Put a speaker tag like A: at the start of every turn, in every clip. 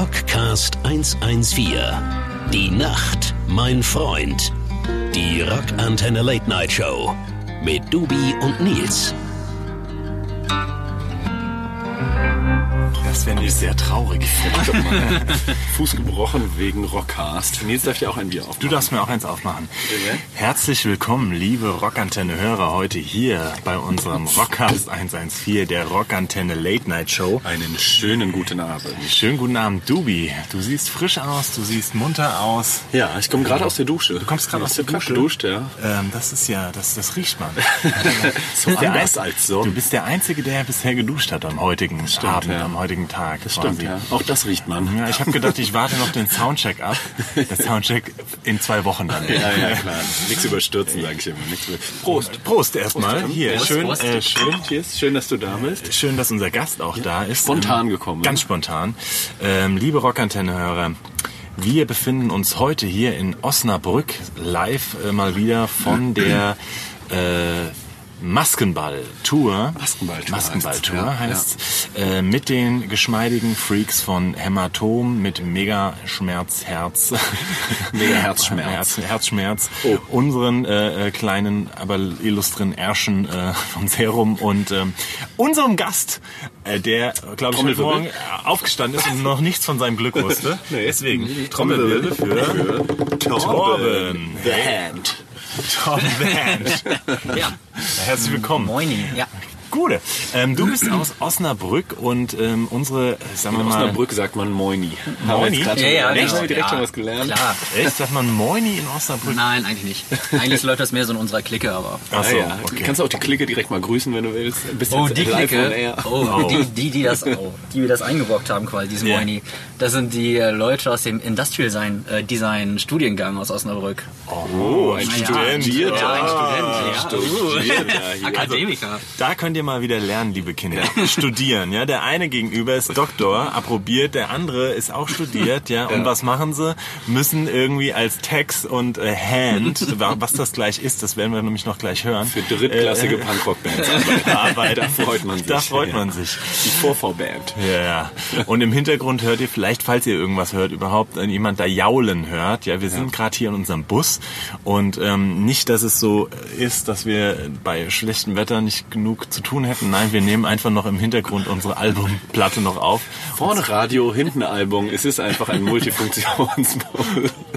A: Podcast 114. Die Nacht, mein Freund. Die Rock Antenne Late Night Show mit Dubi und Nils.
B: Das wäre eine sehr traurige Folge.
C: ne?
B: Fuß gebrochen wegen Rockcast. Nils darf ja auch ein Bier auf.
C: Du darfst mir auch eins aufmachen. Herzlich willkommen, liebe Rockantenne-Hörer, heute hier bei unserem Rockcast 114, der Rockantenne Late Night Show.
B: Einen schönen guten Abend.
C: Schönen guten Abend, Dubi. Du siehst frisch aus, du siehst munter aus.
B: Ja, ich komme gerade aus der Dusche. Du
C: kommst gerade aus der Dusche?
B: Duscht, ja.
C: Ähm, das ist ja, das, das riecht man. Also,
B: So
C: Der
B: anders
C: Ein-
B: als sonst.
C: Du bist der Einzige, der bisher geduscht hat am heutigen Abend,
B: ja.
C: am heutigen Tag.
B: Das stimmt, ja. Auch das riecht man.
C: Ja, ich habe gedacht, ich warte noch den Soundcheck ab. Der Soundcheck in zwei Wochen dann.
B: Ja, ja, klar. Nichts überstürzen, sage ich immer. Nichts über-
C: Prost. Prost erstmal. Hier,
B: Prost,
C: schön,
B: Prost.
C: Äh, schön,
B: Cheers. Schön, dass du da bist.
C: schön, dass unser Gast auch da ist. Ähm,
B: Spontan gekommen. ne?
C: Ganz spontan. Ähm, liebe Rockantenne-Hörer, wir befinden uns heute hier in Osnabrück live äh, mal wieder von der äh, Maskenball-Tour.
B: Maskenball-Tour
C: Maskenball-Tour
B: heißt's, ja,
C: heißt Äh, mit den geschmeidigen Freaks von Hämatom, mit Mega Schmerz Herz.
B: Mega Herzschmerz.
C: Herz, Herzschmerz.
B: Oh.
C: Unseren äh, äh, kleinen, aber illustren Ärschen äh, vom Serum und ähm, unserem Gast, äh, der, glaube ich, heute
B: Trommelwirbel.
C: Morgen aufgestanden ist und noch nichts von seinem Glück wusste.
B: Nee.
C: Deswegen
B: Trommelwirbel
C: Trommelwirbel für Torben.
B: The Hand.
C: Torben Band.
D: Ja,
C: Herzlich willkommen.
D: Moini. Ja.
C: Gute. Ähm, du bist aus Osnabrück und ähm, unsere, sagen wir
B: In
C: mal,
B: Osnabrück sagt man Moini.
C: Moini?
B: Ja, ja, genau. Haben wir direkt
D: ja,
B: schon was gelernt?
D: Klar.
C: echt, sagt man Moini in Osnabrück?
D: Nein, eigentlich nicht. Eigentlich läuft das mehr so in unserer Clique, aber.
C: Ach
B: Ah,
C: so,
B: ja.
C: okay.
B: Kannst du auch die Clique direkt mal grüßen, wenn du willst. Bist
D: Oh,
B: jetzt
D: die
B: live on
D: Clique.
B: air.
D: Oh, Die, die, die das, oh, die wir das eingebrockt haben, quasi, diese
C: Ja.
D: Moini. Das sind die äh, Leute aus dem Industrial Design, äh, Design Studiengang aus Osnabrück.
C: Oh, ein
D: Ja,
C: Student.
D: Ja,
B: Studierter.
D: ein Student, ja.
B: Studierter hier.
D: Uh, Akademiker.
C: Also, Da könnt ihr mal wieder lernen, liebe Kinder. Studieren, ja. Der eine gegenüber ist Doktor, approbiert, der andere ist auch studiert, ja. Und was machen sie? Müssen irgendwie als Tax und äh, Hand, wa- was das gleich ist, das werden wir nämlich noch gleich hören.
B: Für drittklassige Punkrock-Bands.
C: äh, arbeiten.
B: Da freut man sich.
C: Da freut man
B: Ja.
C: sich.
B: Die Vorvorband.
C: Ja, ja. Und im Hintergrund hört ihr vielleicht, falls ihr irgendwas hört, überhaupt äh, jemand da jaulen hört. Ja, wir sind gerade hier in unserem Bus und ähm, nicht, dass es so ist, dass wir bei schlechtem Wetter nicht genug zu tun hätten. Nein, wir nehmen einfach noch im Hintergrund unsere Albumplatte noch auf.
B: Vorne Radio, hinten Album. Es ist einfach ein Multifunktionsbau.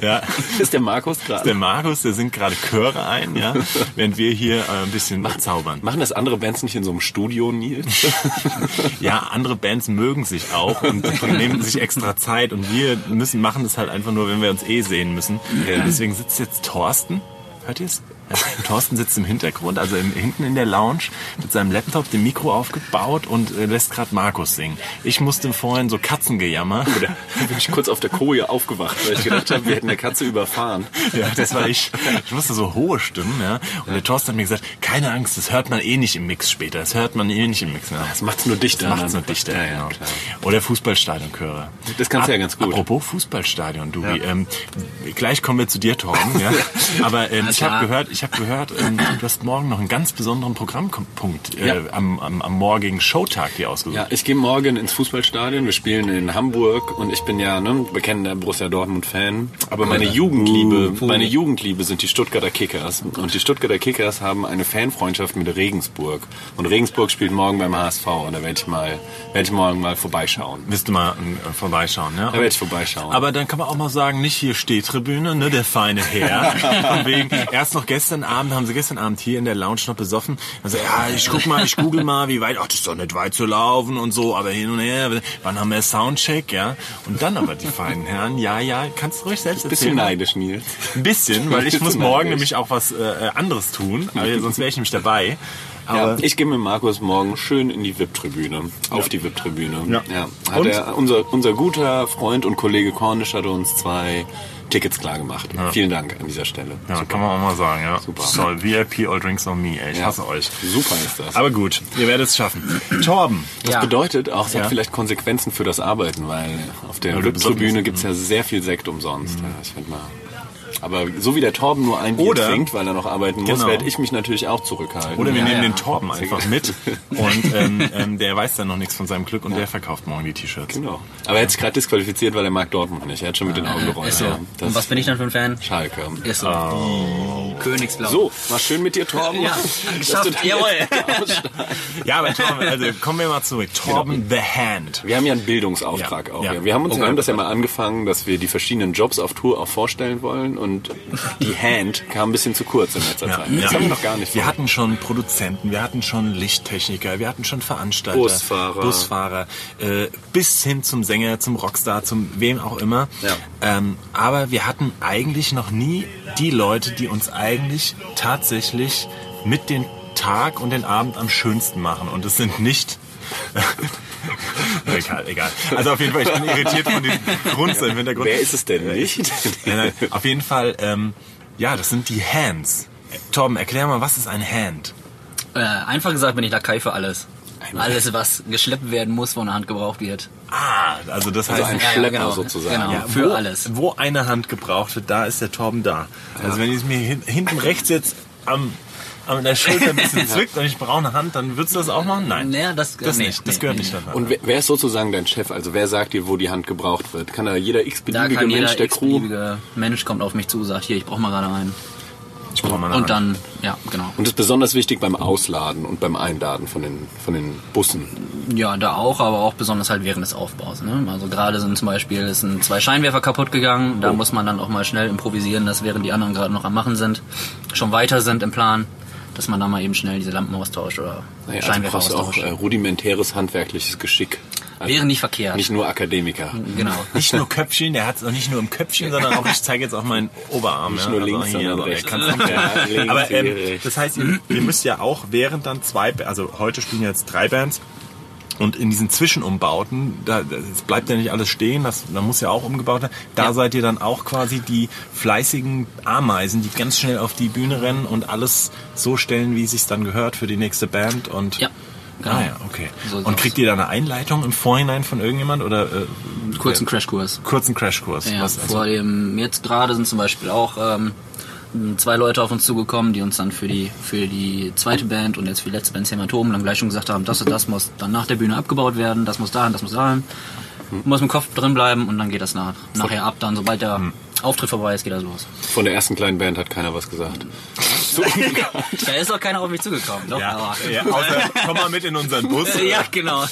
C: Ja.
B: Das ist der Markus
C: Der
B: gerade.
C: Markus, der singt gerade Chöre ein, ja, während wir hier äh, ein bisschen zaubern.
B: Machen das andere Bands nicht in so einem Studio, Nils?
C: Ja, andere Bands mögen sich auch und nehmen sich extra Zeit und wir müssen machen das halt einfach nur, wenn wir uns eh sehen müssen.
B: Ja.
C: Deswegen sitzt jetzt Thorsten, hört ihr es? Thorsten sitzt im Hintergrund, also im, hinten in der Lounge mit seinem Laptop, dem Mikro aufgebaut und äh, lässt gerade Markus singen. Ich musste vorhin so Katzengejammer.
B: Oder bin ich kurz auf der Koje aufgewacht, weil ich gedacht habe, wir hätten eine Katze überfahren.
C: Ja, das war ich. Ich musste so hohe Stimmen, ja. Und der Thorsten hat mir gesagt, keine Angst, das hört man eh nicht im Mix später. Das hört man eh nicht im Mix. Ja.
B: Das macht's nur dichter.
C: Das macht's
B: dann.
C: nur dichter,
B: Ja, ja,
C: genau.
B: klar.
C: Oder Fußballstadionchöre.
B: Das kannst du ja ganz gut.
C: Apropos Fußballstadion, Dubi. Ähm, gleich kommen wir zu dir, Torben. Ja? Aber ähm,
D: Alles
C: ich habe
D: klar.
C: gehört, ich hab gehört ähm, du hast morgen noch einen ganz besonderen Programmpunkt äh,
B: Ja.
C: am, am, am morgigen Showtag dir ausgesucht.
B: Ja, ich gehe morgen ins Fußballstadion. Wir spielen in Hamburg und ich bin ja ne, bekennender Borussia Dortmund-Fan.
C: Oh,
B: Aber meine
C: Uh,
B: Jugendliebe, meine Jugendliebe sind die Stuttgarter Kickers. Und die Stuttgarter Kickers haben eine Fanfreundschaft mit Regensburg. Und Regensburg spielt morgen beim HSV. Und da werde ich mal, werde ich morgen mal vorbeischauen.
C: Wirst du mal äh, vorbeischauen, ne?
B: Da werde ich vorbeischauen.
C: Aber dann kann man auch mal sagen, nicht hier Stehtribüne, ne, der feine Herr. Von wegen, erst noch gestern Abend, haben sie gestern Abend hier in der Lounge noch besoffen. Also, ja, ich guck mal, ich google mal, wie weit, ach, das ist doch nicht weit zu laufen und so, aber hin und her, wann haben wir Soundcheck, ja? Und dann aber die feinen Herren, ja, ja, kannst du ruhig selbst
B: Bisschen
C: erzählen.
B: neidisch, Nils.
C: Ein bisschen, weil ich
B: Bisschen
C: muss morgen
B: neidisch.
C: nämlich auch was äh, anderes tun, aber sonst wäre ich nämlich dabei. Aber
B: Ja, ich gehe mit Markus morgen schön in die VIP-Tribüne. Auf die VIP-Tribüne.
C: Ja.
B: Hat
C: Und?
B: er, unser, unser guter Freund und Kollege Kornisch hatte uns zwei Tickets klar gemacht. Vielen Dank an dieser Stelle.
C: Ja, kann man auch mal sagen, ja.
B: Super.
C: Soll VIP All Drinks on Me, ey. Ich
B: Ja.
C: hasse euch.
B: Super ist das.
C: Aber gut, ihr werdet es schaffen. Torben,
B: das
D: Ja.
B: bedeutet auch, es
C: Ja.
B: hat vielleicht Konsequenzen für das Arbeiten, weil auf der
C: du besoffen
B: VIP-Tribüne
C: bist. Mhm.
B: gibt es ja sehr viel Sekt umsonst. Ja, ich finde mal. Aber so wie der Torben nur ein Bier
C: Oder-
B: trinkt, weil er noch arbeiten muss,
C: Genau.
B: werde ich mich natürlich auch zurückhalten.
C: Oder wir
D: Ja,
C: nehmen
D: ja.
C: den Torben einfach mit und ähm, ähm, der weiß dann noch nichts von seinem Glück und der verkauft morgen die T-Shirts.
B: Genau. Aber er hat sich gerade disqualifiziert, weil er mag Dortmund nicht. Er hat schon mit den Augen gerollt.
D: Ist so.
B: Ja,
D: Und was bin ich dann für ein Fan?
B: Schalke.
D: Ist so. Königsblau.
B: Oh. So, war schön mit dir, Torben.
D: Ja,
B: Dass du
D: geschafft.
B: da
D: Jawohl.
B: jetzt aussteigst.
C: Ja, aber Torben, also kommen wir mal zurück.
D: Genau.
C: Torben the Hand.
B: Wir haben ja einen Bildungsauftrag
C: Ja,
B: auch.
C: ja.
B: Ja. Wir haben uns
C: Oh
B: wir haben
C: Gott,
B: das ja mal angefangen, dass wir die verschiedenen Jobs auf Tour auch vorstellen wollen und die Hand kam ein bisschen zu kurz in letzter Zeit. Das haben wir noch gar nicht.
C: Wir hatten schon Produzenten, wir hatten schon Lichttechniker, wir hatten schon Veranstalter,
B: Busfahrer.
C: Busfahrer, äh, bis hin zum Sänger, zum Rockstar, zum wem auch immer.
B: Ja.
C: Ähm, aber wir hatten eigentlich noch nie die Leute, die uns eigentlich tatsächlich mit den Tag und den Abend am schönsten machen. Und es sind nicht egal, egal. Also auf jeden Fall, ich bin irritiert von diesem Grunzen im Hintergrund.
B: Wer ist es denn nicht?
C: Nein, nein. Auf jeden Fall, ähm, ja, das sind die Hands. Torben, erklär mal, was ist ein Hand?
D: Äh, einfach gesagt bin ich Lakai für alles. Alles, was geschleppt werden muss, wo eine Hand gebraucht wird.
C: Ah, also das heißt,
B: ein
D: Ja, ja,
B: Schlepper
D: genau.
B: sozusagen.
D: Genau,
C: ja,
D: für
C: wo,
D: alles.
C: Wo eine Hand gebraucht wird, da ist der Torben da. Also wenn ich mir hin, hinten rechts jetzt am an der Schulter ein bisschen zwickt und ich brauche eine Hand, dann würdest du das auch machen? Nein.
D: Naja, das-
C: das
D: nee,
C: nicht. Das
D: nee,
C: gehört
D: nee,
C: nicht
D: nee.
C: daran.
B: Und wer, wer ist sozusagen dein Chef? Also wer sagt dir, wo die Hand gebraucht wird? Kann da jeder
D: Da
B: x-beliebige
D: kann
B: Mensch
D: jeder
B: der Crew?
D: x-beliebige Mensch kommt auf mich zu, sagt, hier, ich brauche mal gerade einen.
C: ich brauche mal eine
D: Und
C: Hand.
D: dann, ja, genau.
B: Und das ist besonders wichtig beim Ausladen und beim Einladen von den, von den Bussen.
D: Ja, da auch, aber auch besonders halt während des Aufbaus. Ne? Also gerade sind zum Beispiel es sind zwei Scheinwerfer kaputt gegangen.
B: Oh.
D: Da muss man dann auch mal schnell improvisieren, dass während die anderen gerade noch am Machen sind, schon weiter sind im Plan, dass man da mal eben schnell diese Lampen austauscht oder
B: Naja, also
D: Scheinwerfer
B: brauchst du auch
D: austauscht.
B: äh, rudimentäres handwerkliches Geschick. Also
D: Wäre nicht verkehrt.
B: Nicht nur Akademiker.
D: genau.
C: Nicht nur Köpfchen, der hat es auch nicht nur im Köpfchen, sondern auch, ich zeige jetzt auch meinen Oberarm.
B: Nicht
C: ja.
B: nur
C: Also
B: links,
C: hier,
B: sondern
C: also,
B: rechts.
C: kannst du-
B: Ja, links,
C: Aber ähm,
B: hier, rechts.
C: das heißt, ihr, ihr müsst ja auch während dann zwei, also heute spielen jetzt drei Bands und in diesen Zwischenumbauten, da es bleibt ja nicht alles stehen, das, da muss ja auch umgebaut werden. Da
D: Ja.
C: seid ihr dann auch quasi die fleißigen Ameisen, die ganz schnell auf die Bühne rennen und alles so stellen, wie es sich dann gehört für die nächste Band und
D: Ja, genau.
C: Ah ja, okay.
D: So sieht's
C: und kriegt
D: aus.
C: ihr da eine Einleitung im Vorhinein von irgendjemand oder äh,
D: Kurzen Crashkurs.
C: kurzen Crashkurs?
D: Ja,
C: Was- also-
D: vor dem jetzt gerade sind zum Beispiel auch ähm, zwei Leute auf uns zugekommen, die uns dann für die für die zweite Band und jetzt für die letzte Band Hämatom dann gleich schon gesagt haben, das und das muss dann nach der Bühne abgebaut werden, das muss dahin, das muss dahin,
C: Hm.
D: muss im Kopf drin bleiben und dann geht das nach, nachher ab. Dann sobald der
C: Hm.
D: Auftritt vorbei ist, geht das los.
B: Von der ersten kleinen Band hat keiner was gesagt. So unbekannt.
D: Da ist doch keiner auf mich zugekommen. Doch,
C: Ja,
D: aber,
C: ja außer, komm mal mit in unseren Bus.
D: ja genau.
C: Äh, äh,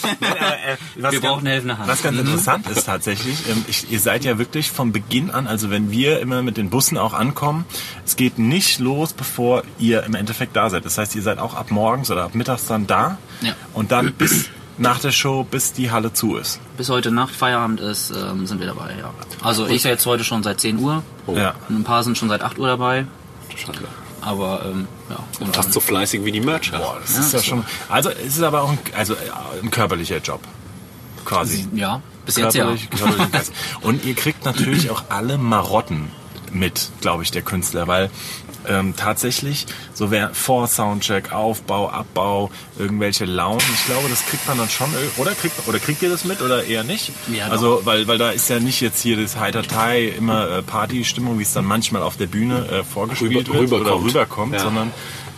C: was
D: Wir
C: ganz-
D: brauchen eine helfende Hand.
C: Was ganz interessant ist tatsächlich, ähm, ich, ihr seid ja wirklich vom Beginn an, also wenn wir immer mit den Bussen auch ankommen, es geht nicht los, bevor ihr im Endeffekt da seid. Das heißt, ihr seid auch ab morgens oder ab mittags dann da
D: Ja.
C: und dann bis nach der Show, bis die Halle zu ist.
D: Bis heute Nacht Feierabend ist, ähm, sind wir dabei, ja. Also ich jetzt heute schon seit 10 Uhr.
C: Ja.
D: Und ein paar sind schon seit 8 Uhr dabei.
B: Schade.
D: Aber ähm, ja, und
B: Fast Um so fleißig wie die Mercher.
C: Boah, das ist ja schon. Also es ist aber auch ein, also, äh, ein körperlicher Job. Quasi.
D: Ja, bis jetzt ja.
C: körperlich, körperlich und geistig. Und ihr kriegt natürlich auch alle Marotten mit, glaube ich, der Künstler, weil ähm, tatsächlich so wer vor Soundcheck, Aufbau, Abbau, irgendwelche Launen, ich glaube, das kriegt man dann schon, ir- oder kriegt, oder kriegt ihr das mit oder eher nicht?
D: Ja, doch.
C: also, weil, weil da ist ja nicht jetzt hier das Heitertei immer äh, Partystimmung, wie es dann manchmal auf der Bühne äh, vorgespielt
B: Rüber-
C: wird oder
B: rüberkommt.
C: rüberkommt,
B: Ja.
C: sondern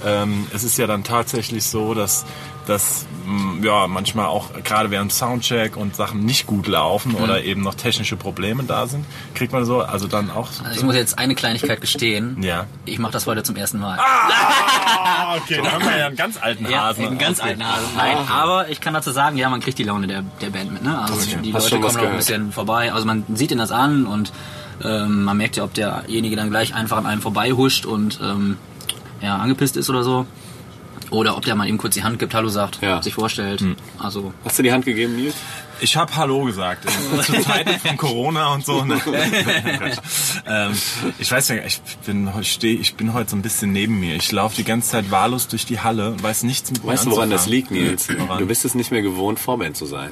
C: ähm, es ist ja dann tatsächlich so, dass, dass mh, ja, manchmal auch gerade während Soundcheck und Sachen nicht gut laufen
D: Mhm.
C: oder eben noch technische Probleme da sind, kriegt man so, also dann auch.
D: Also ich muss jetzt eine Kleinigkeit gestehen.
C: Ja.
D: Ich mache das heute zum ersten Mal.
C: Ah, okay, dann haben wir ja einen ganz alten
D: ja, einen ganz alten Hasen. Nein, aber ich kann dazu sagen, ja, man kriegt die Laune der, der Band mit. Ne? Also die
B: Hast
D: Leute
B: schon
D: kommen
B: was
D: auch ein
B: gehört.
D: bisschen vorbei. Also man sieht ihn das an und ähm, man merkt ja, ob derjenige dann gleich einfach an einem vorbeihuscht und ähm, ja, angepisst ist oder so. Oder ob der mal eben kurz die Hand gibt, Hallo sagt,
B: Ja. Hm.
D: sich vorstellt. Also
B: Hast du die Hand gegeben, Nils?
C: Also, Ich habe Hallo gesagt. Zu Zeiten von Corona und so. Ne? ähm, ich weiß nicht, ich bin, ich, steh, ich bin heute so ein bisschen neben mir. Ich laufe die ganze Zeit wahllos durch die Halle und weiß nichts mit mir
B: Weißt du, woran
C: anzufangen.
B: das liegt, Nils?
C: Woran?
B: Du bist es nicht mehr gewohnt, Vorband zu sein.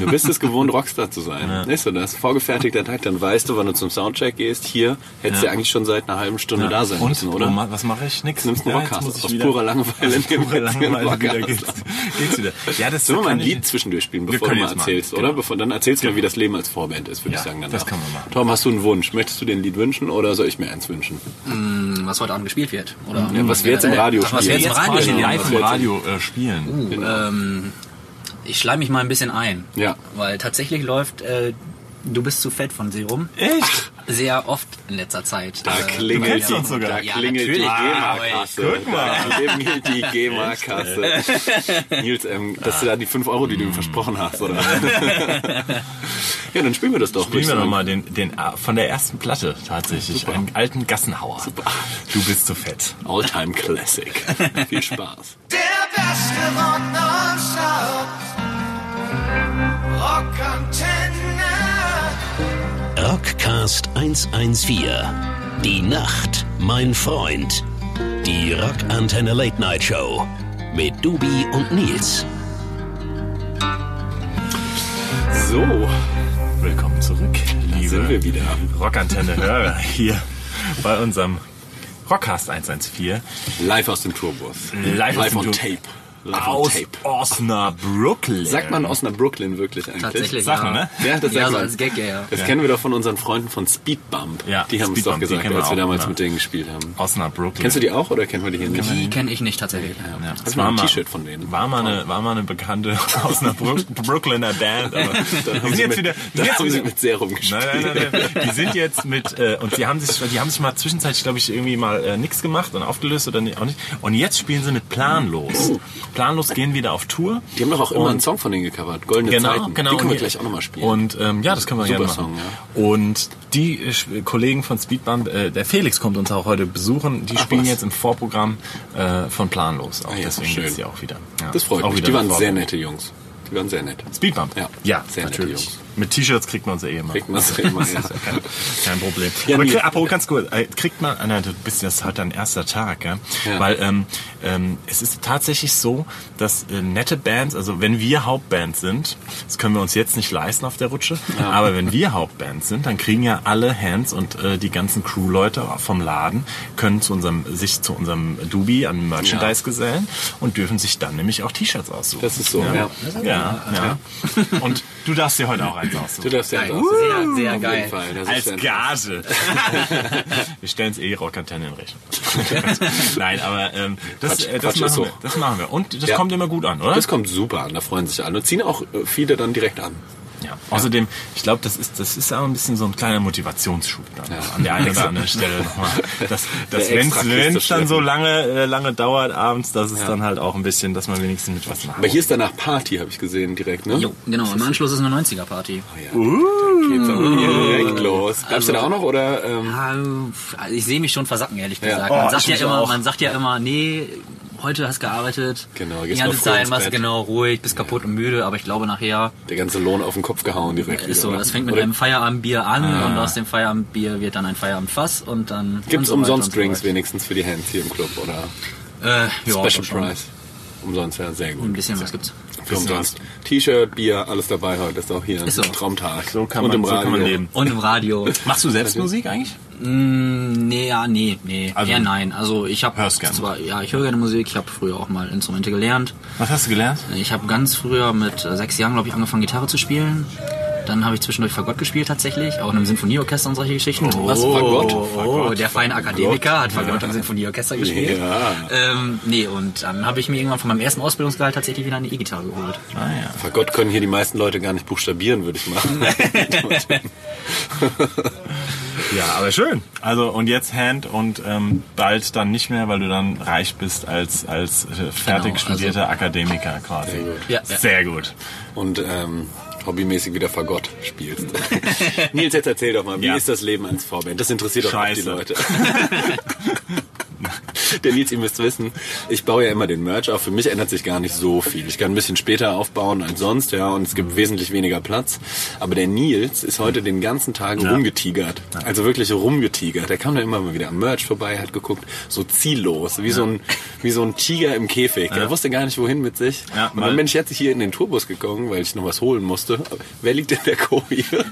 B: Du bist es gewohnt, Rockstar zu sein. Siehst du das? Vorgefertigter Tag, dann weißt du, wann du zum Soundcheck gehst. Hier hättest du eigentlich schon seit einer halben Stunde da sein
C: und,
B: müssen, oder?
C: wo ma- was mache ich? Nix.
B: Nimmst einen
C: jetzt
B: Rockcast
C: muss ich
B: aus
C: wieder-
B: purer Langeweile.
C: Aus purer
B: Nimmst einen
C: Langeweile wieder
B: Rockcast.
C: geht's, geht's wieder. Ja, das
B: Sollen wir mal
C: kann
B: ein
C: ich-
B: Lied zwischendurch spielen,
C: Wir
B: bevor du
C: können
B: mal
C: jetzt mal. Genau.
B: erzählst, erzählst, oder? Bevor, dann erzählst du mal, wie das Leben als Vorband ist, würde ich sagen. Danach.
C: das kann man machen.
B: Tom, hast du einen Wunsch? Möchtest du dir ein Lied wünschen oder soll ich mir eins wünschen?
D: was heute Abend gespielt wird. Oder
B: was wir jetzt im Radio
D: Ach, was wir
B: spielen.
D: jetzt im Radio
C: quasi
D: spielen.
C: live
B: Was
C: im
B: wir jetzt-
C: Radio äh, spielen.
D: Uh, ähm, ich schleim mich mal ein bisschen ein.
B: Ja.
D: Weil tatsächlich läuft äh, Du bist zu fett von Serum
C: Echt?
D: sehr oft in letzter Zeit.
B: Da
D: Äh,
B: klingelt,
C: kennst
B: die-
C: uns sogar.
B: Da
D: Ja,
B: klingelt die
D: natürlich.
B: GEMA-Kasse.
C: Guck mal.
B: Da klingelt die GEMA-Kasse. Nils, ähm, das sind ja die 5 Euro, die
C: Mm.
B: du ihm versprochen hast, oder? ja, dann spielen wir das doch.
C: Spielen wir
B: würde ich
C: nochmal den, den, äh, von der ersten Platte tatsächlich, einen alten Gassenhauer. Du bist zu fett.
B: sagen. Alltime Classic. Viel Spaß.
E: Der beste Rock nonstop. Rock Antenne.
A: Rockcast 114. Die Nacht, mein Freund. Die Rock Antenne Late Night Show mit Dubi und Nils.
B: So,
C: Willkommen zurück, liebe
B: sind wir wieder.
C: Rockantenne-Hörer hier bei unserem Rockcast 114.
B: Live aus dem Tourbus.
C: Live aus dem
B: on
C: Tour-
B: Tape. Live on
C: Aus
B: Tape.
C: Osnabrück.
B: Sagt man aus einer Brooklyn wirklich eigentlich?
D: Tatsächlich.
C: Sag
D: ja.
C: mal, ne?
B: Ja, das
D: ja,
B: sagt
D: so
B: man.
D: als Gag, ja, ja.
B: Das kennen wir doch von unseren Freunden von Speedbump.
C: Ja,
B: die haben es
C: Speedbump,
B: doch
C: die
B: gesagt,
C: kennen wir
B: als wir
C: auch,
B: damals
C: ne?
B: mit denen gespielt haben.
C: Osnabrück.
B: Kennst du die auch oder kennen wir die hier nicht?
D: Die kenne ich nicht tatsächlich.
C: Ja,
B: Hast du mal Also ein T-Shirt von denen?
C: War mal eine, war mal eine bekannte aus einer Brook- Brooklyner Band. Aber die sind jetzt
B: mit,
C: wieder.
B: dann
C: jetzt
B: haben sie
C: wieder-
B: mit Serum gespielt.
C: Nein, nein, nein, nein. Die sind jetzt mit äh, und die haben sich, die haben sich mal zwischenzeitlich, glaube ich, irgendwie mal äh, nichts gemacht und aufgelöst oder ni- auch nicht. Und jetzt spielen sie mit Planlos. Planlos gehen wieder auf Tour.
B: Oh. Die haben doch auch immer
C: Und-
B: einen Song von denen gecovert, Goldene
C: Genau,
B: Zeiten.
C: genau.
B: Die können wir
C: Und-
B: gleich auch nochmal spielen.
C: Und ähm, ja, das können wir
B: Super
C: gerne machen.
B: Song,
C: Und die äh, Sch- Kollegen von Speedbump, äh, der Felix kommt uns auch heute besuchen, die spielen
B: was. Ah,
C: jetzt im Vorprogramm äh, von Planlos. Auch
B: ja,
C: deswegen
B: schön.
C: gibt's die auch wieder. Ja,
B: das freut
C: auch
B: mich.
C: wieder
B: Die waren
C: im
B: sehr
C: Vorprogramm.
B: nette Jungs. Die waren sehr nett.
C: Speedbump?
B: Ja. Sehr nette Jungs.
C: Mit T-Shirts kriegt man sie eh immer.
B: Kriegt man sie immer, ja.
C: kein, kein Problem.
B: Ja,
C: Aber
B: nee.
C: kri- apropos ganz kurz, äh, kriegt man, ah, nein, du bist das ist heute dein erster Tag, ja?
B: Ja.
C: Weil ähm, ähm, es ist tatsächlich so, dass äh, nette Bands, also wenn wir Hauptband sind, das können wir uns jetzt nicht leisten auf der Rutsche, aber wenn wir Hauptband sind, dann kriegen ja alle Hands und äh, die ganzen Crewleute vom Laden können zu unserem, sich zu unserem Dubi an Merchandise gesellen und dürfen sich dann nämlich auch T-Shirts aussuchen.
B: Das ist so, ja.
C: Ja, ja. Und du darfst dir heute auch eins
B: Du
C: aussuchen.
B: darfst ja das.
D: Sehr, sehr
B: Auf jeden
D: geil.
B: Fall. Das ist
C: Als
B: ein-
C: Gage. wir stellen es eh Rockantenne in Rechnung. Nein, aber ähm, das,
B: Quatsch,
C: äh, das,
B: Quatsch
C: machen
B: ist so.
C: wir, das machen wir. Und das
B: Ja.
C: kommt immer gut an, oder?
B: Das kommt super an, da freuen sich alle. Und ziehen auch äh, viele dann direkt an.
C: ja. Außerdem, ich glaube, das ist, das ist auch ein bisschen so ein kleiner Motivationsschub dann
B: Ja.
C: an der einen oder anderen Stelle nochmal. Dass, dass
B: Der
C: wenn
B: extra Kiste
C: es dann so
B: schleppen.
C: lange, äh, lange dauert abends, dass es dann halt auch ein bisschen, dass man wenigstens mit was
B: Aber
C: nachmacht.
B: hier ist danach Party, habe ich gesehen, direkt, ne?
D: Jo, genau. Im Anschluss ist eine 90er-Party.
B: Geht's aber
C: Mhm.
B: direkt los. Bleibst
C: Also-
B: du da auch noch oder? Ähm,
D: Ah, Also ich sehe mich schon versacken, ehrlich gesagt.
B: Oh,
D: Man,
C: ich
D: sagt ja
C: mich
D: immer,
C: auch.
D: man sagt ja immer, nee, heute hast gearbeitet.
B: Genau,
D: die
B: gehst mal
D: ganze
B: früh
D: Zeit
B: ins
D: warst
B: Bett.
D: genau ruhig, bist kaputt und müde, aber ich glaube nachher
B: der ganze Lohn auf den Kopf gehauen direkt.
D: ist so,
B: wieder,
D: das
B: ne?
D: fängt mit
B: Oder Ah.
D: einem Feierabendbier an und aus dem Feierabendbier wird dann ein Feierabendfass und dann und
B: Gibt's
D: so weiter und
B: umsonst
D: so
B: Drinks
D: weiter.
B: wenigstens für die Hands hier im Club oder
D: Äh, ja,
B: Special
D: schon.
B: Price? Umsonst, ja, sehr gut.
D: Ein bisschen was gibt's.
B: Für umsonst. T-Shirt, Bier, alles dabei heute. Ist auch hier ein
D: Ist so.
B: Traumtag.
C: So kann
B: Und
C: man,
B: im
C: so kann man
B: Radio.
C: leben.
D: Und im Radio. Mm,
C: Machst du selbst Musik eigentlich?
D: Nee, ja, nee, nee.
C: Also-
D: eher nein. Also ich habe
C: Hörst gerne
D: zwar, ja, ich höre gerne Musik. Ich habe früher auch mal Instrumente gelernt.
C: Was hast du gelernt?
D: Ich habe ganz früher mit äh, sechs Jahren, glaube ich, angefangen Gitarre zu spielen. Dann habe ich zwischendurch Fagott gespielt tatsächlich, auch in einem Sinfonieorchester und solche Geschichten. Oh,
B: Was, Fagott?
D: Oh, der feine Akademiker hat Fagott im Sinfonieorchester gespielt.
B: Ja.
D: Ähm, nee, und dann habe ich mir irgendwann von meinem ersten Ausbildungsgehalt tatsächlich wieder eine E-Gitarre geholt.
C: Ah, ja.
B: Bei Gott können hier die meisten Leute gar nicht buchstabieren, würde ich machen.
C: Ja, aber schön. Also und jetzt Hand und ähm, bald dann nicht mehr, weil du dann reich bist als als äh, fertig
D: Genau,
C: studierter Akademiker quasi.
D: Ja, ja.
C: Sehr gut.
B: Und ähm, hobbymäßig wieder Fagott spielst. Nils, jetzt erzähl doch mal, wie
C: Ja.
B: ist das Leben als Vorband? Das interessiert doch auch die
C: Scheiße.
B: Leute. Der Nils, ihr müsst wissen, ich baue ja immer den Merch auf. Für mich ändert sich gar nicht so viel. Ich kann ein bisschen später aufbauen als sonst, ja, und es gibt wesentlich weniger Platz. Aber der Nils ist heute den ganzen Tag rumgetigert. Also wirklich rumgetigert. Der kam dann immer mal wieder am Merch vorbei, hat geguckt, so ziellos, wie, so, ein, wie so ein Tiger im Käfig. Der wusste gar nicht, wohin mit sich.
C: Ja,
B: und
C: weil-
B: dann bin ich jetzt hier in den Tourbus gegangen, weil ich noch was holen musste. Wer liegt in der Koje?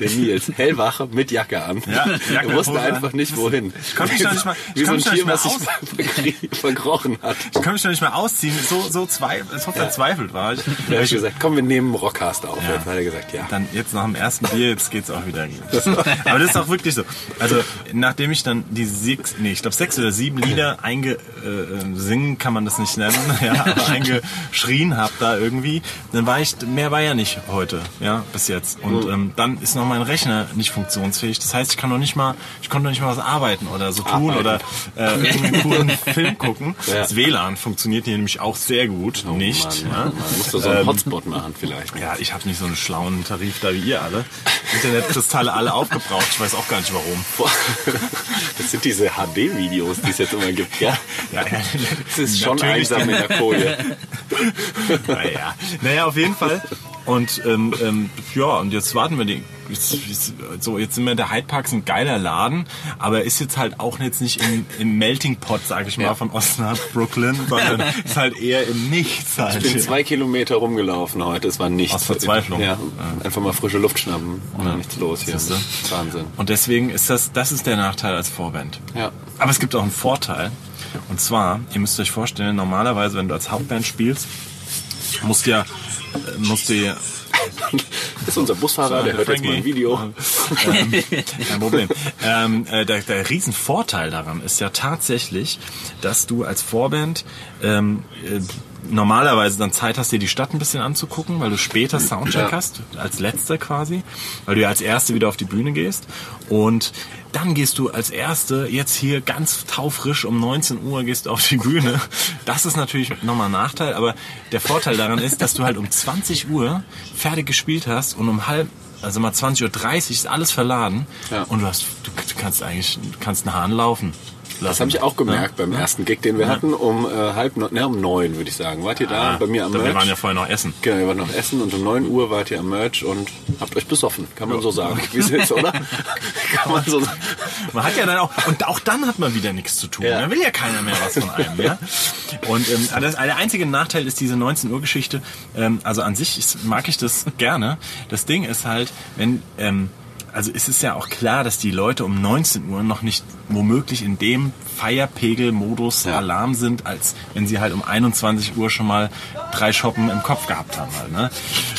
B: Der Nils, hellwache mit Jacke an.
C: Ja, Jacke,
B: er wusste
C: Hose an.
B: einfach nicht, wohin.
C: Ich konnte mich noch nicht mal, ich
B: Wie so
C: konnte
B: ein
C: mich noch
B: Tier,
C: nicht mal
B: was sich
C: aus,
B: verkrie- verkrochen hat.
C: Ich kann mich noch nicht mehr ausziehen. So, so, zwei, so verzweifelt war ich.
B: Da habe ich gesagt, komm, wir nehmen einen Rockcast auf.
C: Ja.
B: Dann hat er gesagt, ja.
C: Dann jetzt nach dem ersten Bier, jetzt geht's auch wieder. gut. Aber das ist auch wirklich so. Also nachdem ich dann die sechs, nee, ich glaube sechs oder sieben Lieder einge äh, äh, singen kann man das nicht nennen, ja, aber eingeschrien hab da irgendwie, dann war ich mehr war ja nicht heute, ja, bis jetzt. Und ähm, dann ist noch mein Rechner nicht funktionsfähig. Das heißt, ich kann noch nicht mal, ich konnte noch nicht mal was arbeiten oder so tun
B: Arbeiten.
C: oder äh, irgendeinen coolen Film gucken.
B: Ja. Oh
C: Das WLAN funktioniert hier nämlich auch sehr gut, nicht. ne? Ähm. ja.
B: Mann, Mann. Musst du so einen Hotspot machen vielleicht.
C: Ja, ich hab nicht so einen schlauen Tarif da wie ihr alle. Internetkristalle alle aufgebraucht. Ich weiß auch gar nicht warum.
B: Boah. Das sind diese HD-Videos, die es jetzt immer gibt. Ja,
C: Ja, ja,
B: das ist schon
C: natürlich.
B: einsam in der Kohle.
C: Naja. naja, auf jeden Fall. Und ähm, ähm, ja, und jetzt warten wir die. Jetzt, jetzt- so, jetzt sind wir in der Hyde Park, ist ein geiler Laden, aber ist jetzt halt auch jetzt nicht im, im Melting Pot, sag ich mal, von Osnabrück, Brooklyn, sondern ist halt eher im Nichts halt.
B: Ich bin zwei Kilometer rumgelaufen heute, es war nichts.
C: Aus Verzweiflung.
B: Ja, einfach mal frische Luft schnappen und dann nichts los hier.
C: Siehste?
B: Wahnsinn.
C: Und deswegen ist das, das ist der Nachteil als Vorband.
B: Ja.
C: Aber es gibt auch einen Vorteil. Und zwar, ihr müsst euch vorstellen, normalerweise, wenn du als Hauptband spielst, musst du ja, äh, musst du ja,
B: Das ist unser Busfahrer, Ah, der hört jetzt mal ein Video.
C: kein Problem. ähm, äh, der, der Riesenvorteil daran ist ja tatsächlich, dass du als Vorband ähm, äh, normalerweise dann Zeit hast, dir die Stadt ein bisschen anzugucken, weil du später Soundcheck
B: Ja.
C: hast, als letzter quasi, weil du ja als Erste wieder auf die Bühne gehst. Und dann gehst du als Erste jetzt hier ganz taufrisch um 19 Uhr gehst auf die Bühne. Das ist natürlich nochmal ein Nachteil, aber der Vorteil daran ist, dass du halt um 20 Uhr fertig gespielt hast und um halb, also mal 20.30 Uhr ist alles verladen
B: Ja.
C: und du, hast, du, du kannst eigentlich du kannst einen Hahn laufen.
B: Das habe ich auch gemerkt beim ersten Gig, den wir hatten, um äh, halb neun, ne, um neun würde ich sagen. Wart ihr da bei mir
C: Ah,
B: am
C: Wir waren ja
B: Merch?
C: vorher noch essen.
B: Genau, ihr wart noch essen und um 9 Uhr wart ihr am Merch und habt euch besoffen, kann man so sagen. Wie es ist, oder? kann man so sagen.
C: Man hat ja dann auch, und auch dann hat man wieder nichts zu tun. ne?
B: Ja.
C: Dann will ja keiner mehr was von einem. Ja? Und ähm, aber das, der einzige Nachteil ist diese 19 Uhr Geschichte. Ähm, also an sich ist, mag ich das gerne. Das Ding ist halt, wenn, ähm, also es ist ja auch klar, dass die Leute um 19 Uhr noch nicht womöglich in dem Feierpegel-Modus
B: Ja.
C: Alarm sind, als wenn sie halt um 21 Uhr schon mal drei Schoppen im Kopf gehabt haben. Halt, ne?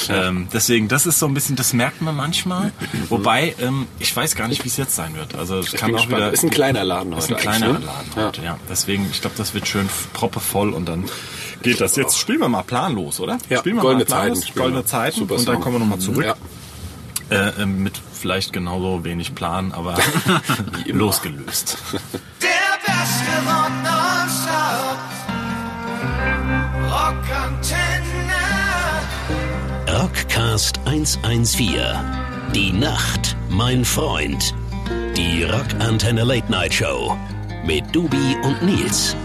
C: ähm, deswegen, das ist so ein bisschen, das merkt man manchmal. Wobei, ähm, ich weiß gar nicht, wie es jetzt sein wird. Also es kann
B: bin
C: auch
B: gespannt.
C: wieder,
B: Ist ein kleiner Laden
C: ist
B: heute
C: ein kleiner
B: eigentlich, ne?
C: Laden
B: Ja.
C: heute, ja. Deswegen, ich glaube, das wird schön proppevoll und dann geht das. Jetzt spielen wir mal planlos, oder?
B: Ja,
C: spielen wir
B: goldene
C: mal planlos,
B: Zeiten.
C: Goldene Zeiten
B: Super
C: und dann
B: Song. Mhm.
C: kommen wir nochmal zurück.
B: Ja.
C: Äh, ähm, mit vielleicht genauso wenig Plan, aber losgelöst.
E: Der beste Rock nonstop. Rock Antenne.
A: Rockcast 114. Die Nacht, mein Freund. Die Rock Antenne Late Night Show mit Dubi und Nils.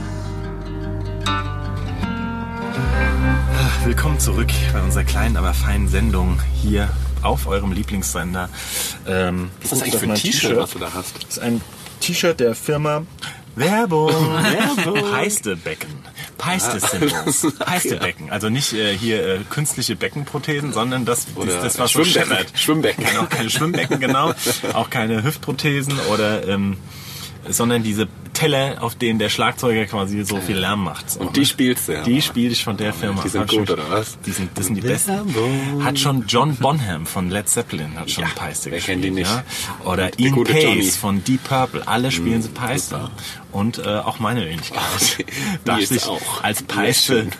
C: Willkommen zurück bei unserer kleinen, aber feinen Sendung hier auf eurem Lieblingssender. Ähm,
B: Was ist das eigentlich
C: das
B: für ein
C: mein
B: T-Shirt, was du da hast?
C: Das ist ein T-Shirt der Firma Werbung, Werbung. Peistebecken. Peiste-Symbols. Peistebecken. Also nicht äh, hier äh, künstliche Beckenprothesen, sondern das,
B: Oder
C: das, das war schon
B: Schwimmbecken.
C: scheppert.
B: Schwimmbecken.
C: Genau, keine Schwimmbecken, genau. Auch keine Hüftprothesen oder... Ähm, sondern diese Teller, auf denen der Schlagzeuger quasi so viel Lärm macht.
B: Und die spielst du, ja.
C: Die spiele ich von der Firma.
B: Die sind
C: Hab schon-
B: gut, oder was?
C: Die sind, das sind die besten. Hat schon John Bonham von Led Zeppelin hat schon ja, Peiste
B: wer
C: gespielt.
B: kennt die nicht?
C: Ja? Oder
B: Der
C: Ian
B: gute
C: Pace
B: Johnny.
C: von Deep Purple.
B: Mm,
C: Alle spielen sie Peiste. Und äh, auch meine Wenigkeit
B: Okay.
C: darf
B: Die ist
C: sich
B: auch.
C: als
B: Ja,
C: Peiste
B: schön.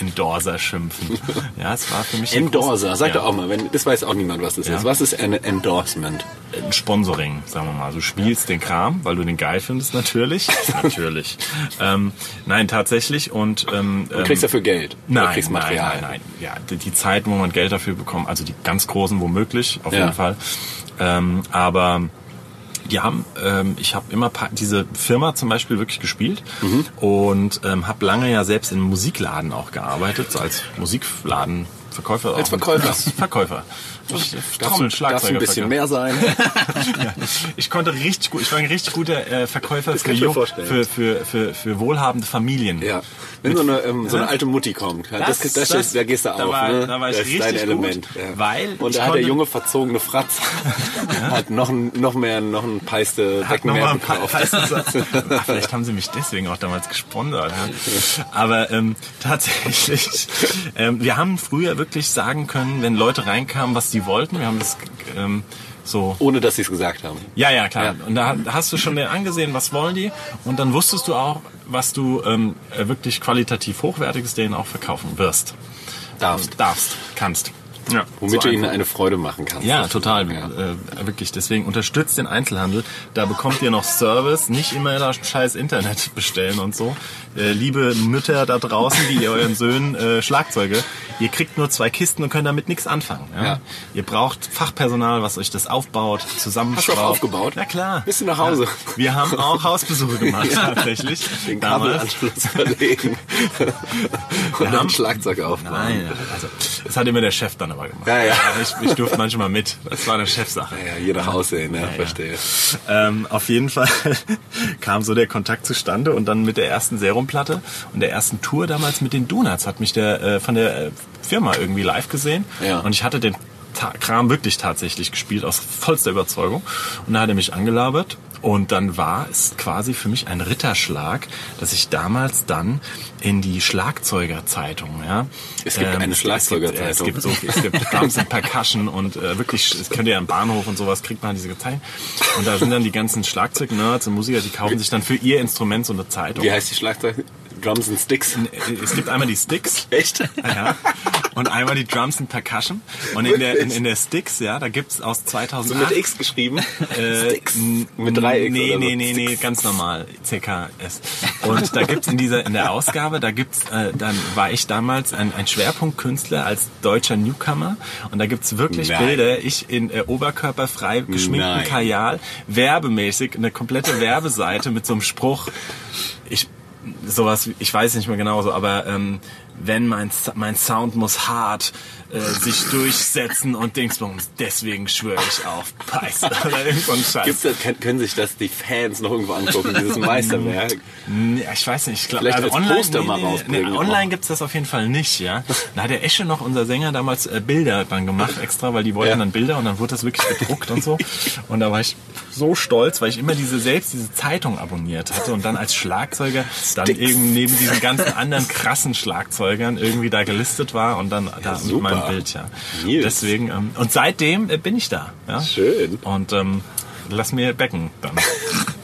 C: Endorser schimpfen. Ja, es war für mich eine
B: Endorser,
C: große-
B: sag
C: ja,
B: doch auch mal, wenn, das weiß auch niemand, was das ist. Was ist ein Endorsement?
C: ein Sponsoring, sagen wir mal. Du spielst den Kram, weil du den geil findest, natürlich. natürlich. Ähm, nein, tatsächlich. Und, ähm,
B: Du kriegst dafür Geld.
C: Nein,
B: du kriegst
C: nein,
B: Material.
C: nein, nein. Ja, die, die Zeiten, wo man Geld dafür bekommt, also die ganz großen womöglich, auf
B: Ja.
C: jeden Fall. Ähm, aber die haben, ähm, ich habe immer pa- diese Firma zum Beispiel wirklich gespielt
B: Mhm.
C: und ähm, habe lange ja selbst in Musikladen auch gearbeitet, so als Musikladen. Verkäufer.
B: Als
C: auch.
B: Verkäufer.
C: Verkäufer. Ich
B: Darf,
C: trommel
B: darf ein bisschen mehr sein.
C: ja. Ich konnte richtig gut, ich war ein richtig guter äh, Verkäufer für,
B: kann ich mir
C: Jung-
B: vorstellen.
C: für, für, für, für wohlhabende Familien.
B: Ja. Wenn so eine, ähm, so eine alte Mutti kommt, das, das, das, ist- da gehst du
C: da
B: auf.
C: war-
B: ne?
C: da war ich
B: das ist dein
C: richtig
B: Element.
C: gut, weil
B: Und
C: ich
B: da hat der
C: konnte-
B: junge verzogene Fratz hat noch, ein- noch mehr, noch ein Peiste
C: Hat
B: Becken
C: noch
B: mehr
C: mal ein paar,
B: gekauft.
C: Ah, vielleicht haben sie mich deswegen auch damals gesponsert. Ja. Aber ähm, tatsächlich, ähm, wir haben früher wirklich sagen können, wenn Leute reinkamen, was sie wollten. Wir haben das ähm, so
B: Ohne dass sie es gesagt haben.
C: Ja, ja, klar.
B: Ja.
C: Und da hast du schon mehr angesehen, was wollen die. Und dann wusstest du auch, was du ähm, wirklich qualitativ Hochwertiges denen auch verkaufen wirst.
B: Darfst.
C: Darfst, kannst. Ja,
B: Womit
C: so
B: du ihnen
C: einfach.
B: eine Freude machen kannst.
C: ja, total. Äh, wirklich. Deswegen unterstützt den Einzelhandel. Da bekommt ihr noch Service. Nicht immer das scheiß Internet bestellen und so. Äh, liebe Mütter da draußen, die ihr euren Söhnen äh, Schlagzeuge, ihr kriegt nur zwei Kisten und könnt damit nichts anfangen. Ja?
B: Ja.
C: Ihr braucht Fachpersonal, was euch das aufbaut,
B: Hast du
C: zusammenschraubt.
B: auch aufgebaut?
C: Na klar.
B: Bist du nach Hause?
C: Wir haben auch Hausbesuche gemacht, tatsächlich.
B: Den
C: Damals.
B: Kabelanschluss verlegen.
C: Wir
B: Und dann
C: haben-
B: Schlagzeug aufbauen.
C: Nein, also, das hat immer der Chef dann aber gemacht.
B: Ja, ja.
C: Ich, ich durfte manchmal mit. Das war eine Chefsache.
B: Ja, je nach Aussehen, ja, ne? verstehe.
C: Ähm, auf jeden Fall kam so der Kontakt zustande und dann mit der ersten Serumplatte und der ersten Tour damals mit den Donuts hat mich der äh, von der äh, Firma irgendwie live gesehen
B: Ja.
C: und ich hatte den Ta Kram wirklich tatsächlich gespielt aus vollster Überzeugung und da hat er mich angelabert und dann war es quasi für mich ein Ritterschlag, dass ich damals dann in die Schlagzeugerzeitung, ja. Ähm,
B: Es gibt eine
C: es gibt- Es
B: Schlagzeugerzeitung.
C: gibt, äh, es gibt so es gibt Drums and Percussion und äh, wirklich, es könnt ihr am Bahnhof und sowas, kriegt man diese Dateien. Und da sind dann die ganzen Schlagzeug-Nerds und Musiker, die kaufen sich dann für ihr Instrument so eine Zeitung.
B: Wie heißt die Schlagzeug? Drums and Sticks.
C: Es gibt einmal die Sticks.
B: Echt?
C: Ja. Und einmal die Drums and Percussion. Und in der, in, in der Sticks, ja, da gibt's aus 2008...
B: So mit X geschrieben.
C: Äh,
B: Sticks.
C: n-
B: Mit drei X.
C: Ah. Nee,
B: oder
C: nee,
B: so.
C: nee, nee, ganz normal. CKS. Und da gibt's in dieser, in der Ausgabe, da gibt's, äh, dann war ich damals ein, ein Schwerpunktkünstler als deutscher Newcomer. Und da gibt's wirklich
B: Nein.
C: Bilder, ich in äh, oberkörperfrei geschminkten
B: Nein.
C: Kajal, werbemäßig, eine komplette Werbeseite mit so einem Spruch. Ich, sowas, wie- ich weiß nicht mehr genau so, aber, ähm, wenn mein, Sa- mein Sound muss hart äh, sich durchsetzen und Dingsbums, deswegen schwöre ich auf Peis oder irgend so ein Scheiß. Mhm.
B: Gibt's das, können, können sich das die Fans noch irgendwo angucken, dieses Meisterwerk?
C: Nee, ich weiß nicht. Ich glaub, also
B: Vielleicht als Poster mal rausbringen.
C: online gibt's das auf jeden Fall nicht, ja. Da hat der Esche noch, unser Sänger, damals äh, Bilder dann gemacht extra, weil die wollten
B: Ja.
C: dann Bilder und dann wurde das wirklich gedruckt und so. Und da war ich so stolz, weil ich immer diese selbst diese Zeitung abonniert hatte und dann als Schlagzeuger dann eben neben diesen ganzen anderen krassen Schlagzeugern irgendwie da gelistet war und dann da mit
B: super.
C: meinem Bild, ja.
B: Nils.
C: Deswegen, ähm, und seitdem äh, bin ich da. Ja?
B: Schön.
C: Und ähm, lass mir Becken dann.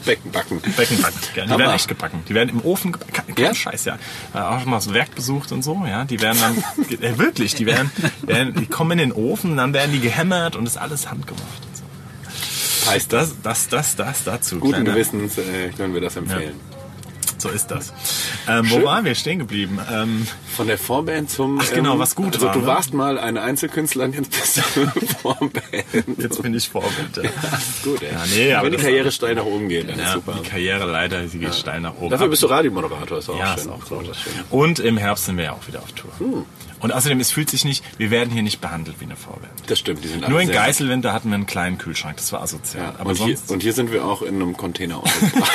B: Becken backen.
C: Becken backen. Ja, die
B: Hammer.
C: werden echt gebacken. Die werden im Ofen gebacken. Kein kein
B: Ja?
C: Scheiß, ja. Äh, Auch schon mal so ein Werk besucht und so, ja. Die werden dann, äh, wirklich, die werden, werden, die kommen in den Ofen, dann werden die gehämmert und ist alles handgemacht. Und so.
B: Heißt das?
C: Das, das, das, das dazu.
B: Guten
C: Kleiner-
B: Gewissens äh, können wir das empfehlen.
C: So ist das. Ähm, wo waren wir stehen geblieben? Ähm,
B: Von der Vorband zum.
C: Ach genau, was gut
B: Also,
C: war,
B: du
C: ne?
B: warst mal ein Einzelkünstler und jetzt bist du Vorband.
C: jetzt bin ich Vorbild. Ja.
B: Gut, ey.
C: Ja, nee, aber
B: Wenn die
C: das-
B: Karriere steil nach oben geht, dann ist
C: Ja,
B: super.
C: Die Karriere leider, sie geht steil nach oben.
B: Dafür
C: Aber-
B: bist du Radiomoderator, ist auch
C: Ja,
B: schön.
C: ist
B: Auch
C: auch
B: gut. schön.
C: Und im Herbst sind wir ja auch wieder auf Tour.
B: Hm.
C: Und außerdem, es fühlt sich nicht, wir werden hier nicht behandelt wie eine Vorband.
B: Das stimmt, die sind
C: Nur
B: alle
C: in
B: sehr-
C: Geiselwind, da hatten wir einen kleinen Kühlschrank, das war asozial.
B: Ja,
C: aber
B: und, hier,
C: sonst.
B: und hier sind wir auch in einem Container untergebracht.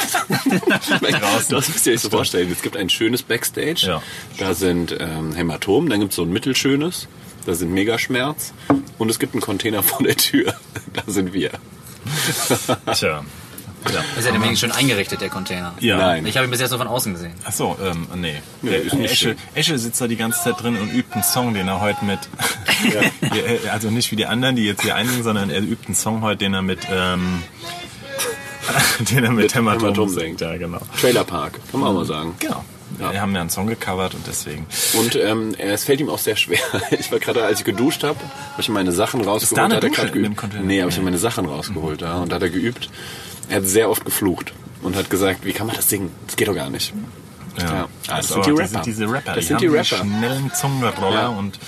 B: Ich meine, das müsst ihr euch so vorstellen. Es gibt ein schönes Backstage.
C: Ja.
B: Da sind ähm, Hämatom, dann gibt es so ein mittelschönes, da sind Megaschmerz und es gibt einen Container vor der Tür. Da sind wir.
C: Tja. Ja.
D: Ist ja dem schon eingerichtet, der Container.
C: ja.
B: Nein.
D: Ich habe ihn bis jetzt nur von außen gesehen.
C: Ach so, ähm, nee.
B: Nee,
C: Der-
B: ist nicht
C: Esche,
B: schön.
C: Esche sitzt da die ganze Zeit drin und übt einen Song, den er heute mit. Ja, also nicht wie die anderen, die jetzt hier einsingen, sondern er übt einen Song heute, den er mit. Ähm, den er mit,
B: Mit
C: Hämatom,
B: Hämatom
C: singt.
B: singt.
C: Ja, genau.
B: Trailerpark, kann man auch mal sagen.
C: Genau.
B: Ja.
C: Wir haben ja einen Song gecovert und deswegen.
B: Und ähm, es fällt ihm auch sehr schwer. Ich war gerade, als ich geduscht habe, habe ich meine Sachen rausgeholt.
C: da eine
B: hat er
C: Dusche
B: gerade
C: in dem
B: geübt.
C: Container?
B: Nee, habe ich
C: Nee.
B: meine Sachen rausgeholt da und da hat er geübt. Er hat sehr oft geflucht und hat gesagt, wie kann man das singen? Das geht doch gar nicht. Ja. Ah, das
C: Aber
B: sind die Rapper.
C: Das sind diese Rapper.
B: Das sind die
C: haben
B: Rapper.
C: schnellen Zungenroller
B: Ja.
C: und. äh,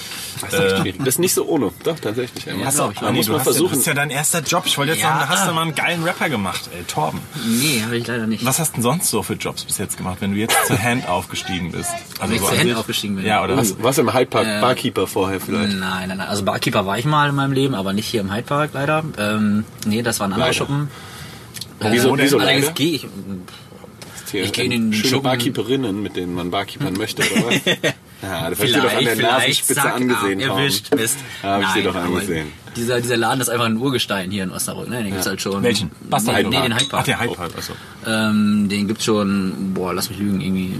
B: Das ist nicht- das ist nicht so ohne. Doch, tatsächlich. Emma.
D: glaub ich.
B: Man muss
C: du
B: mal
C: hast ja-
B: versuchen.
C: Das ist ja dein erster Job. Ich wollte jetzt
D: Ja.
C: sagen, da hast du mal einen geilen Rapper gemacht, ey, Torben.
D: Nee, habe ich leider nicht.
C: Was hast du denn sonst so für Jobs bis jetzt gemacht, wenn du jetzt zur Hand aufgestiegen bist? Also
D: ich
C: so
D: zur
C: an
D: Hand
C: sich-
D: aufgestiegen bin?
C: Ja, oder
D: Oh.
C: was?
B: Was im Hyde Park
D: Äh,
B: Barkeeper vorher vielleicht?
C: äh,
D: Nein, nein, nein. Also Barkeeper war ich mal in meinem Leben, aber nicht hier im Hyde Park leider. Ähm, nee, das war ein anderer
B: Leider.
D: Schuppen.
B: wieso-
D: Ähm,
B: wieso
D: allerdings
B: leider?
D: gehe ich.
B: Hier,
D: ich gehe in
B: ähm,
D: den
B: schöne
D: Schuppen-
B: Barkeeperinnen, mit denen man Barkeepern möchte, oder was? Ja, das hast du doch an der Nasenspitze
D: zack,
B: angesehen.
D: ah,
B: Torben.
D: erwischt, Mist.
B: Ja, hab ich dir
D: Nein,
B: doch
D: aber
B: angesehen.
D: Dieser, dieser Laden ist einfach ein Urgestein hier in Osnabrück. Ne? Den gibt's halt schon.
C: Welchen?
D: Nee, nee, den Oh. Hyde
C: Ach,
D: Park.
C: der Hyde Park, achso.
D: Ähm, den gibt's schon, boah, lass mich lügen, irgendwie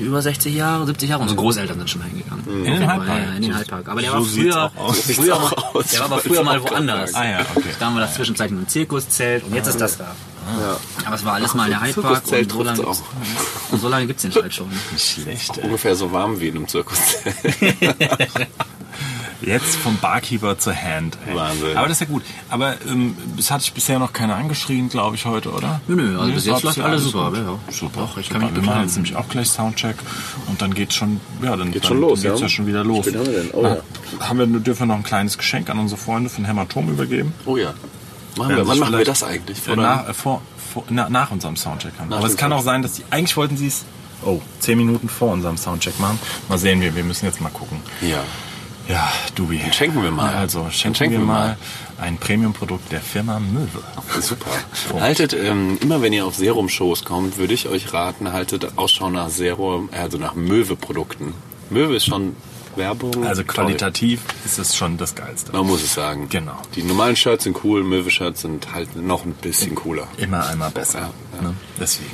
D: über 60 Jahre, 70 Jahre. Unsere Großeltern sind schon hingegangen.
C: In
B: Mhm.
C: den Hyde
D: Ja,
C: Park.
D: ja, in den Hyde Park. Aber der
C: So
D: war
C: sieht's
D: früher,
C: auch aus.
B: So
D: früher
B: sieht's
D: mal,
B: auch aus.
D: der war aber
B: Ich
D: früher
B: wollte
D: mal
B: auch gerade
D: woanders.
C: sagen. Ah ja, okay.
D: Da haben wir das zwischenzeitlich mit dem Zirkuszelt und jetzt ist das da.
B: Ja.
D: Aber es war alles mal in der Hyde Park und
B: Zirkuszelt
D: so lange,
B: trifft's
D: gibt's, und so lange gibt's den Schalt schon.
C: Nicht schlecht, ey.
B: Ungefähr so warm wie in einem Zirkus.
C: Jetzt vom Barkeeper zur Hand. Ey.
B: Wahnsinn.
C: Aber das ist ja gut. Aber ähm, es hat sich bisher noch keiner angeschrien, glaube ich, heute, oder?
D: Nö, nö, also bis jetzt
C: war
D: läuft
C: bisher
D: alles super,
C: gut.
D: ja, ja.
C: Super.
D: Doch,
C: super.
D: ich kann mich
C: Wir machen
D: beklagen.
C: jetzt nämlich auch gleich Soundcheck und dann geht's schon, ja, dann,
B: Geht
C: dann,
B: schon los,
C: dann geht's
B: ja.
C: ja. schon wieder los.
B: Wie spät haben wir denn? Oh, ja.
C: Na, haben wir, dürfen wir noch ein kleines Geschenk an unsere Freunde von Hämatom übergeben?
B: Oh ja. Machen wir,
C: Ja,
B: wann machen wir
C: vielleicht-
B: das eigentlich?
C: Äh, nach, äh, vor, vor, na, nach unserem Soundcheck haben.
B: Nach
C: Aber es
B: dem
C: kann auch
B: Soundcheck.
C: sein, dass die, eigentlich wollten sie es, oh, zehn Minuten vor unserem Soundcheck machen. Mal sehen wir, wir müssen jetzt mal gucken.
B: ja.
C: Ja, Dubi. Dann
B: schenken wir mal.
C: Also
B: Dann
C: schenken,
B: schenken
C: wir
B: wir
C: mal ein Premium-Produkt der Firma Möwe.
B: Super. Haltet, ähm, immer wenn ihr auf Serum-Shows kommt, würde ich euch raten, haltet Ausschau nach Serum, also nach Möwe-Produkten. Möwe ist schon Werbung.
C: Also
B: Toll.
C: qualitativ ist es schon das Geilste.
B: Man muss es sagen.
C: Genau.
B: Die normalen Shirts sind cool, Möwe-Shirts sind halt noch ein bisschen cooler.
C: Immer einmal besser.
B: Ja,
C: Ne? Deswegen.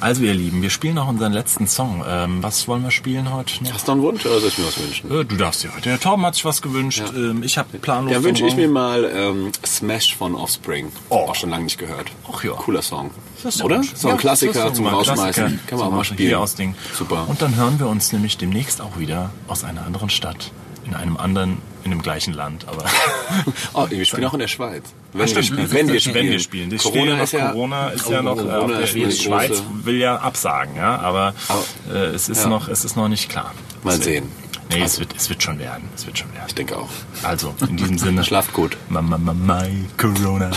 C: Also ihr Lieben, wir spielen noch unseren letzten Song. Ähm, was wollen wir spielen heute? noch?
B: Hast du noch einen Wunsch oder soll ich mir was wünschen?
C: Äh, Du darfst dir heute. Der Torben hat sich was gewünscht. Ähm, Ich habe planlos.
B: Ja, wünsche ich mir
C: verloren.
B: mal ähm, Smash von Offspring.
C: Oh.
B: Auch schon lange nicht gehört.
C: Ach ja.
B: Cooler Song.
C: Das ist
B: Oder?
C: doch schön.
B: So ein
C: Ja, das
B: Klassiker
C: ist doch
B: zum
C: mal ein
B: Rausschmeißen.
C: Klassiker
B: Kann man
C: zum
B: auch mal
C: Rausschmeißen.
B: spielen.
C: Hier aus Ding.
B: Super.
C: Und dann hören wir uns nämlich demnächst auch wieder aus einer anderen Stadt, in einem anderen, in dem gleichen Land. Aber
B: oh, wir spielen auch in der Schweiz. Wenn,
C: Stimmt, das ist
B: wenn wir
C: das,
B: spielen.
C: Wenn wir spielen. Das
B: Corona
C: steht
B: ist
C: noch-
B: ja...
C: Corona ist
B: Oh,
C: ja noch.
B: Corona
C: Corona
B: ist
C: die
B: eine
C: Schweiz
B: große-
C: will ja absagen, ja, aber
B: Aber-
C: äh, es, ist
B: ja.
C: noch, es ist noch nicht klar.
B: Mal
C: Deswegen-
B: sehen.
C: Nee, es, wird, es wird schon werden. Es wird schon werden.
B: Ich denke auch.
C: Also, in diesem Sinne.
B: Schlaft gut.
C: My, my, my, my Corona.